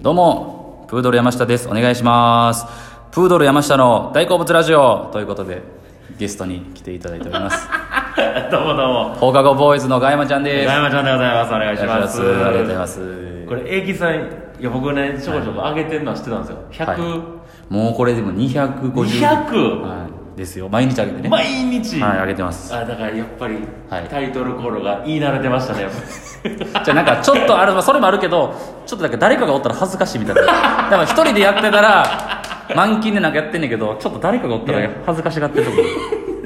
どうも、プードル山下です。お願いします。プードル山下の大好物ラジオということで、ゲストに来ていただいており ます。どうもどうも。放課後ボーイズのガヤマちゃんです。大山ちゃんでございます。お願いします。お願いしますありがとうございます。これ、英樹さん、いや、僕ね、ちょこちょこ上げてるのは知ってたんですよ。100、はいもうこれでも250。 200はい。ですよ。毎日上げてね。毎日。はい、上げてます。あ、だからやっぱり、はいタイトルコールが言い慣れてましたね。じゃあなんかちょっとあれ、まあそれもあるけど、ちょっとなんか誰かがおったら恥ずかしいみたいな。だから一人でやってたら、満勤でなんかやってんねんけど、ちょっと誰かがおったら恥ずかしがってるとこ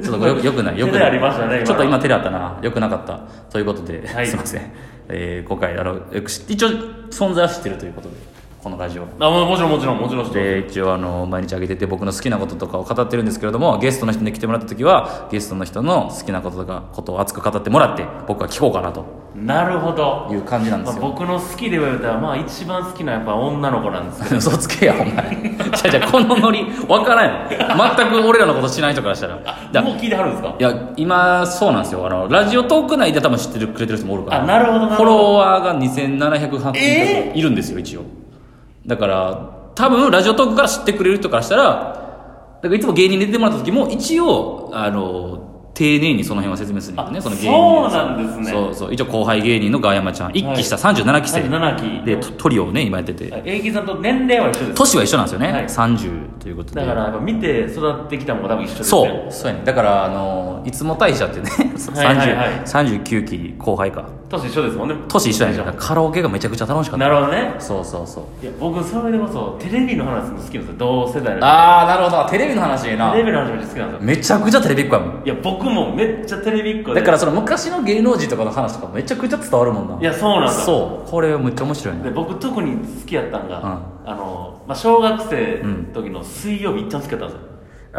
ちょっとよよくない、よくな照れい。ありましたね今ちょっと今照れあったな。よくなかった。ということで、はいすいません。えー今回、あの、えー一応存在は知ってるということで、このラジオ。あ、もうもちろんもちろん、もちろん知ってで一応あの毎日あげてて僕の好きなこととかを語ってるんですけれどもゲストの人に来てもらった時はゲストの人の好きなこととかことを熱く語ってもらって僕は聞こうかなとます。なるほど。いう感じなんでますあよ僕の好きで言われたら、まあ一番好きなやっぱ女の子なんです け嘘つけやお前じゃあじゃあこのノリ分からんよ全く俺らのこと知らない人からしたらど。だもう聞いてはるんですかいや今そうなんですよあのラジオトーク内で多分知ってるくれてる人もおるからあ、なるほどなるフほォど。ロワーが2700半えいるんですよ一応だから多分ラジオトークから知ってくれる人からしたらだからいつも芸人に出てもらった時も一応あの丁寧にその辺は説明するんだよねあその芸人そうなんですねそうそう一応後輩芸人のガヤマちゃん1期下37期生、 37期でトトリオをね今やってて、英樹さんと年齢は一緒です。年は一緒なんですよね、はい30ということでだから、やっぱ見て育ってきたのも多分一緒ですね。そうそうやねだからあのいつも大社ってね はいはいはい30 39期後輩か年一緒ですもんね年一緒やねだからカラオケがめちゃくちゃ楽しかったなるほどねそうそうそういや僕それでこそテレビの話するの好きなんですよ同世代のああなるほどテレビの話ええなテレビの話めっちゃ好きなんですよめちゃくちゃテレビっ子やもんいや僕もめっちゃテレビっ子でだからその昔の芸能人とかの話とかめちゃくちゃ伝わるもんないいやそうなんですよそうこれめっちゃ面白いでね僕特に好きやったんが、んあの、まあ、小学生の時の水曜日いっちゃん好きやったんですよ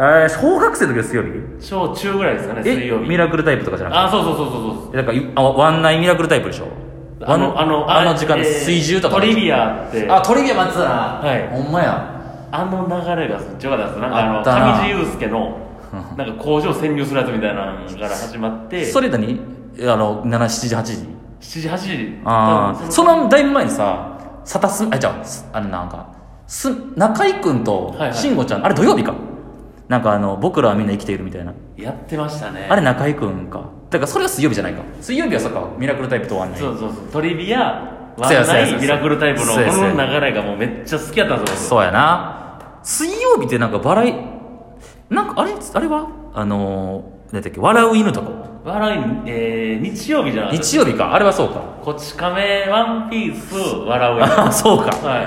えー小学生の時ですより小中ぐらいですかね水え曜日ミラクルタイプとかじゃなあそうそうそうそうそうくてえだからいあワンナイミラクルタイプでしょあのあのあの時間でえー水中とかトリビアってああトリビア待つなはいほんまやの流れがすっちゃよかったですなんあっかたあなの上地雄介のなんか工場潜入するやつみたいなのから始まってそれ何あの7時8時7時8時あ多あ分そのだいぶ前にさサタスあじゃあすあれなんかす中居君とはいはい慎吾ちゃん、あれ土曜日かなんかあの僕らはみんな生きているみたいな、やってましたねあれ中居君かだからそれは水曜日じゃないか水曜日はそっかミラクルタイプとはないそうそうそうトリビアワそうやンそうナやそうやイミラクルタイプのそうこやそうやの流れがもうめっちゃ好きやったんですよそうやな水曜日ってなんかバラエなんかあれあれはあのー、何だっけ笑う犬とか僕笑い、えー、日曜日じゃない日曜日かあれはそうか こち亀ワンピース笑うやあそうかつは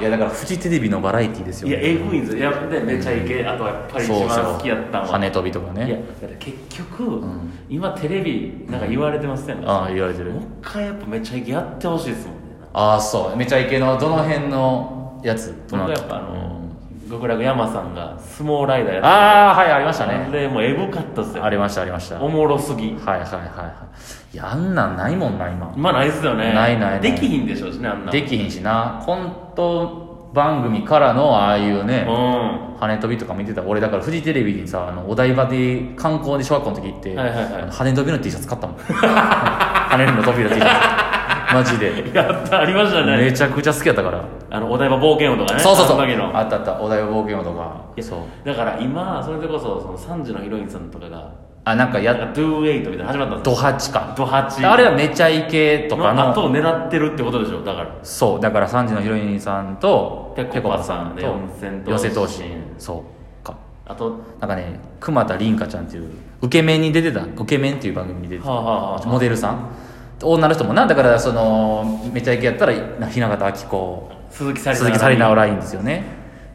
いやだからフジテレビのバラエティーですいよいやねエグいんですよやっぱねめちゃイケあとはやっぱり一そう番そう好きやったんは羽飛びとかいやねだって結局、今テレビなんか言われてませんああ言われてるもう一回やっぱめちゃイケやってほしいですもんねああそうめちゃイケのどの辺のやつ僕はやっぱあうのん極楽山さんが相撲ライダーやってああはいありましたねあれもうエグかったっすよありましたありましたはおいもろすぎはいはいはいいやあんなんないもんな今まあないっすよねないないないできひんでしょうしねあんなできひんしなコント番組からのああいううんねは羽飛びとか見てた俺だからフジテレビにさあのお台場で観光で小学校の時行って、はいはいはいあの羽飛びの T シャツ買ったもん羽飛びの飛びの T シャツマジでいやったありましたねめちゃくちゃ好きやったから、あのお台場冒険王とかねそうそうそうあの時のあったあったお台場冒険王とかいやそうだから今それでこそその3時のヒロインさんとかがあなんかやなんか DOWAIT みたいなの始まったんですドよハチかドハチあれはめちゃイケとかの後のを狙ってるってことでしょだからそうだから3時のヒロインさんとぺこぱさんぺでこぱさんと四寄せ千頭投身資そうかあとなんかね熊田凛香ちゃんっていう受け面に出てた受け面っていう番組に出てたはあはあはあモデルさん女の人もなだからそのめちゃイケやったら雛形あき子鈴木さりな鈴木紗理奈ラインですよね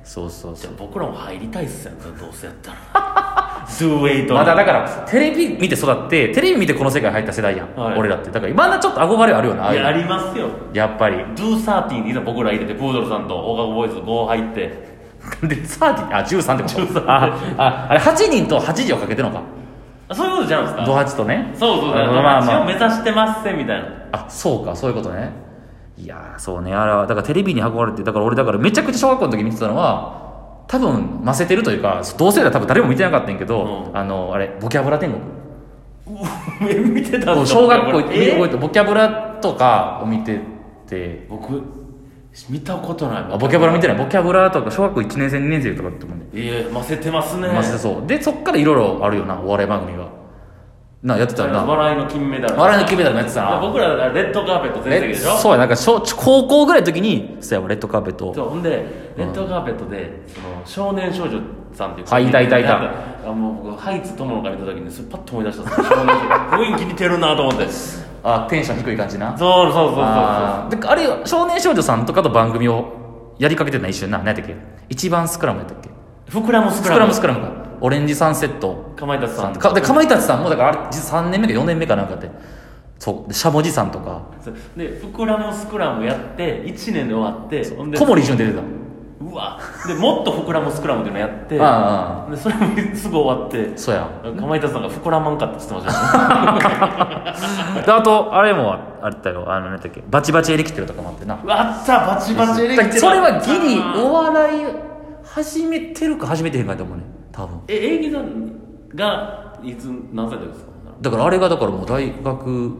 そうそうそう僕らも入りたいっすよねどうせやったら DOWAIT のまだだからテレビ見て育ってテレビ見てこの世界入った世代やん、はい俺らってだからまだちょっと憧れはあるよなああいいうやのありますよやっぱり 213にいざ僕ら入れてプードルさんと大学ボーイズ5入ってで、30あ、13ってこと13あ、あ、あれ、8人と8時をかけてるのか。あそういうことじゃないですかド8とね。そうそうそう、あだのからまあ一応目ま指してますせみた いな。あ。あ、そうか、そういうことね。いやー、そうね。あれは、だからテレビに運ばれて、だから俺、だからめちゃくちゃ小学校の時見てたのは、多分、ませてるというか、同世代は多分誰も見てなかったんやけど、うんあの、あれ、ボキャブラ天国。見てたんですか小学校行って、え覚えて、ボキャブラとかを見てて、僕、見たことないあボキャブラ見てないボキャブラとか小学校1年生2年生とかってもんねいやませてますねマジでそうでそっからいろいろあるよなお笑い番組がなやってたよな笑いの金メダル笑いの金メダルもやってたな僕らだからレッドカーペット全盛期でしょそうやなんか小高校ぐらいの時にそうやレッドカーペットをそうほんでレッドカーペットで、その少年少女さんっていうはいいたいたいたあもう僕ハイツ友の会見た時にそれパッと思い出したんですよ少年少女 雰囲気似てるなと思ってそうあテンション低い感じなそうそうそうそうあーであれよ少年少女さんとかと番組をやりかけてんな一緒にな何やったっけ一番スクラムやったっけ膨らむススククララムムスクラムかオレンジサンセットかまいたちささんんとかでかまいたちさんもだからあれ実3年目か4年目かなんかでそうでしゃもじさんとかそうで膨らむスクラムやって1年で終わってほんで小森一緒に出てたうわでもっと膨らむスクラムっていうのやってあでそれもすぐ終わってそうやかまいたちさんが膨らまんかったって言ってましたねであとあれもあったよあの何やったっけバチバチエレキテルとかもあってなうわあったバチバチエレキテルそれはギリお笑い始めてるか始めてへんかやと思うね多分え英樹さんがいつ何歳の時ですかだからあれがだからもう大学ぐ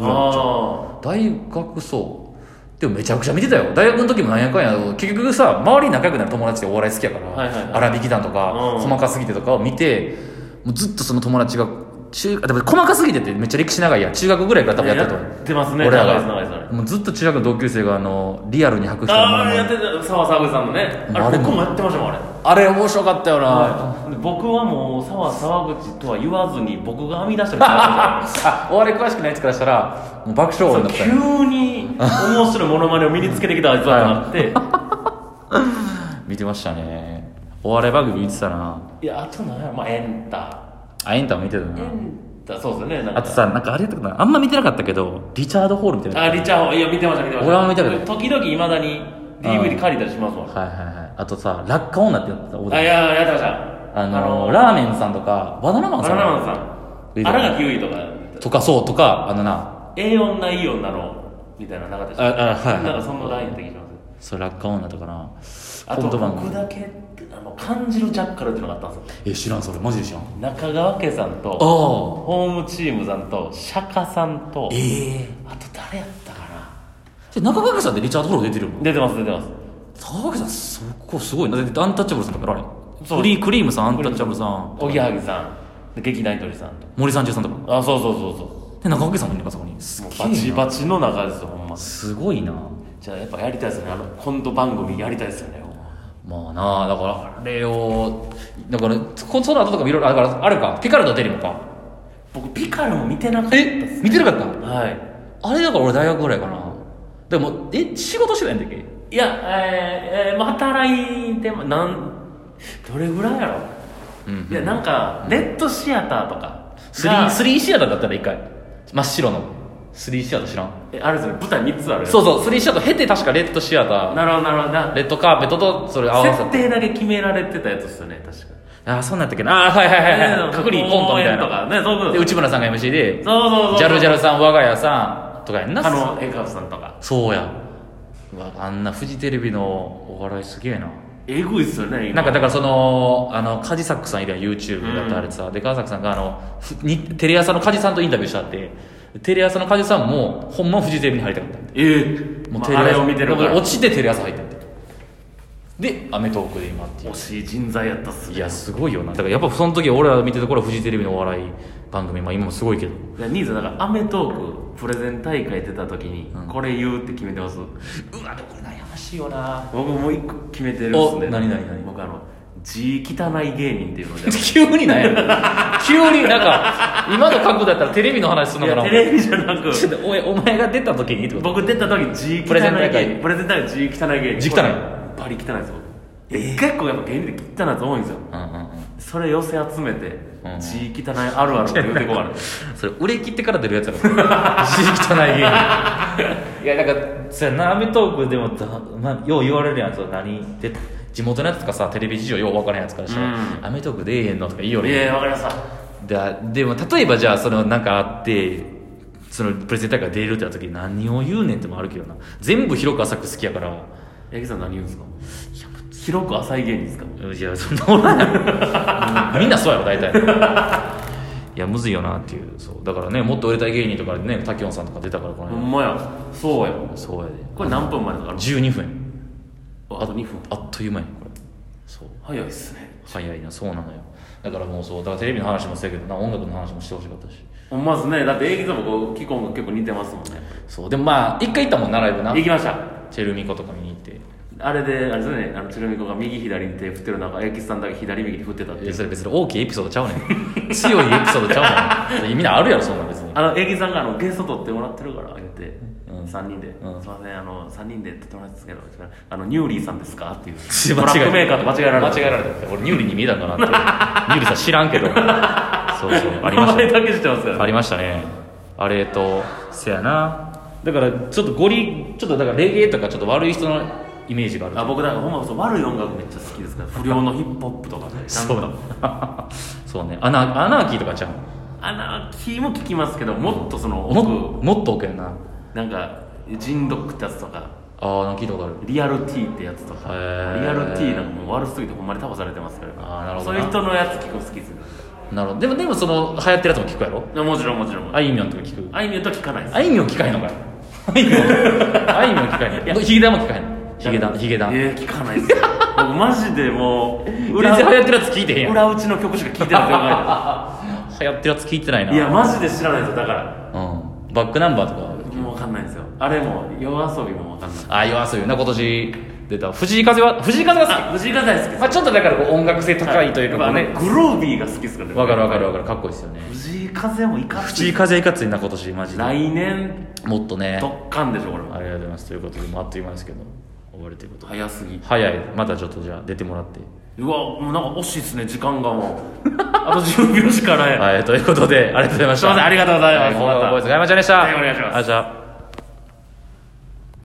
らいあ大学そうでもめちゃくちゃ見てたよ大学の時もなんやかんや結局さ周りに仲良くなる友達でお笑い好きやからはいはいはい荒引き団とか、うん細かすぎてとかを見てもうずっとその友達が中あでも細かすぎてってめっちゃ歴史長いやん中学ぐらいから多分やってると思うやってますね俺ら長いです長いですあがもうずっと中学の同級生があのリアルに白してるもああやってのた澤沢口さんのねああれれも僕もやってましたもんあれあれ面白かったよな、で僕はもう澤沢口とは言わずに僕が編み出したみたい なあお笑い詳しくないやつからしたらもう爆笑王になった急よに面白いモノマネを身につけてきたあいつだってなって見てましたねお笑い番組見てたないやあと何やろまあエンタあエンタも見てたなエンタそうですよねなんかあとさなんかあれやったかなあんま見てなかったけどリチャード・ホールみたいなあリチャードいや見てました見てました俺も見たけど時々いまだに DVD 借りたりしますもんはいはいはいあとさ落下女ってやってたあい俺ややってましたあのラーメンさんとかバナナマンバさナんナマンいさいんだろう荒垣結衣とかとかそうとかあのなええ女いい女のみたいな中でしたああはいはいなんかそのラインの時にしますそう落下女とかなあコとント番組僕だけあの感じるジャッカルっていうのがあったんですよえ知らんそれマジで知らん中川家さんあとあホームチームさんと釈迦さんとええあと誰やったかなで中川家さんってリチャード・ホール出てるもん出てます出てます中川家さんそこすごいなだってアンタッチャブルさんだからあれそうクリークリームさんアンタッチャブルさんおぎやはぎさんで劇団ひとりさんと森三中さんとかあそうそうそうそで中岡さんもいるのかそこにすうもうげえなバチバチの中ですよほんますごいなじゃあやっぱやりたいですよねあのコント番組やりたいですよねほんままあなあだからあれをだからこその後とかもいろいろあだからあるかピカルと出るのか僕ピカルも見てなかったえ見てなかっはいたあれだから俺大学ぐらいかなでもえ仕事してないんだっけいやえーえーまあ働いてもなんどれぐらいやろ、うんいやなんかネットシアターとかスリーがスリーシアターだったら一回真っ白のスリーシアター知らんえあれですよね舞台3つあるそううそうスリーシアター経て確かレッドシアタなるほどなるほどーなレッドカーペットとそれ合わせ設て定だけ決められてたやつですよね確かああそうなんやったっけなあーはいはいはいはいね隔離コントみたいな公演とかねそういうことでです内村さんが MC でそうそうそうジャルジャルさん我が家さんとかやんなあの江川さんとかそうやうわあんなフジテレビのお笑いすげえなえぐいっすよね今なんかだからそのあのカジサックさんいるやん YouTube うんだったあれさ、でカジサックさんがあのふにテレ朝のカジさんとインタビューしたってテレ朝のカジさんもほんまフジテレビに入りたかったってええもうまテレあ、あ朝れを見てるからだ落ちてテレ朝入ったってで『アメトーーク』で今っていう惜しい人材やったっすねいやすごいよなだからやっぱその時俺ら見てた頃はフジテレビのお笑い番組まあ今もすごいけどいや兄さんだから『アメトーク』プレゼン大会出た時に、これ言うって決めてますうわでもこれ悩ましいよな僕もう一個決めてるっすおね何何何僕あの字汚い芸人っていうの で急になんや急になんか今の角度だったらテレビの話するいのかなやテレビじゃなくちょっとお前お前が出た時にってこと僕出た時字汚い芸人プレゼン大会プレゼン大会字汚い芸人字汚いこれバリ汚いです僕、いや結構やっぱ芸人って汚いやつ多いんですようんうんうんそれ寄せ集めてうん字汚いあるあるって言うてこうかなそれ売れ切ってから出るやつやろ字汚い芸人いやなんかそやなアメトークでもだ、まあ、よう言われるやつは何で地元のやつとかさテレビ事情よう分からんやつからしたらうアメトーク出えへんの」とか言いよるいやんやいやわかりましただでも例えばじゃあそのなんかあってそのプレゼン大会出るってなった時に何を言うねんってもあるけどな全部広く浅く好きやから八木さん何言うんですか広く浅い芸人ですか いやそんなおらんやろみんなそうやろ大体いやむずいよなっていうそうだからねもっと売れたい芸人とかでね滝音さんとか出たからこのほ間、んまやそうやそうやでこれ何分までだから12分あと2分あっという間にこれそう早いっすね早いなそうなのよだからもうそうだからテレビの話もそうやけどな音楽の話もしてほしかったしまずねだって映画もこう気候が結構似てますもんねそうでもまあ一回行ったもんなライブな行きましたチェルミコとか見に行ってあれであれですねあの鶴見子が右左に手振ってる中エキスさんだけ左右に振ってたっていいやうそれ別に大きいエピソードちゃうねん強いエピソードちゃうねん みんなあるやろそんなん別にあのエキスさんがあのゲスト取ってもらってるから言って、うん3人で、うんすいませんあの3人で撮ってもらってたんですけどあのニューリーさんですかっていう 間違えトラックメーカーと間違えられ間違えられた俺ニューリに見えたんかなって ニューリさん知らんけどそう そうあり名まし た前ねだけ知ってますからありましたねあれとせやなだからちょっとゴリちょっとだからレゲエとかちょっと悪い人のイメージがあるあ僕だからほんまそう悪い音楽めっちゃ好きですから不良のヒップホップと かねそうなんか だそうねアナアナーキーとかちゃうアナーキーも聞きますけどもっとそのも奥もっと奥やんななんかジンドックってやつとかああ聞いたことあるリアル T ってやつとかへリーアル T なんかもう悪すぎてほんまにタコされてますからあーなるほどそうないう人のやつ結構好きですねなるほどでもでもその流行ってるやつも聞くやろもちろんもちろんあいみょんとか聞くあいみょんとは聞かないですあいみょん聞かへんのかよあいみょんあいみょん聞かへんいやのヒゲダンも聞かへんのヒゲダンヒゲダンえー聞かないですよ僕マジでもう 全然流行ってるやつ聞いてへんやん裏打ちの曲しか聞いてないですよ考流行ってるやつ聞いてないえなていやマジで知らないですよだからうんバックナンバーとかもう分かんないですよあれも夜遊びも分かんないああ夜遊びな今年出た藤井風は藤井風が好きあ藤井風大好きですまあ、ちょっとだからこう音楽性高いというかはこうやっねぱあのグロービーが好きですからねわかるわかるわかるかっこいいですよね藤井風もいかつ藤井い風いかついな今年マジで来年もっとねドッカンでしょこれもありがとうございますということでもうあっという間ですけど終わるということで早すぎ早いまたちょっとじゃあ出てもらってうわもうなんか惜しいですね時間がもうあと10秒しかない、はいということでありがとうございましすたいませんありがとうございます、はい、またボイスガヤマちゃんでしたはいお願いしますありがとうございました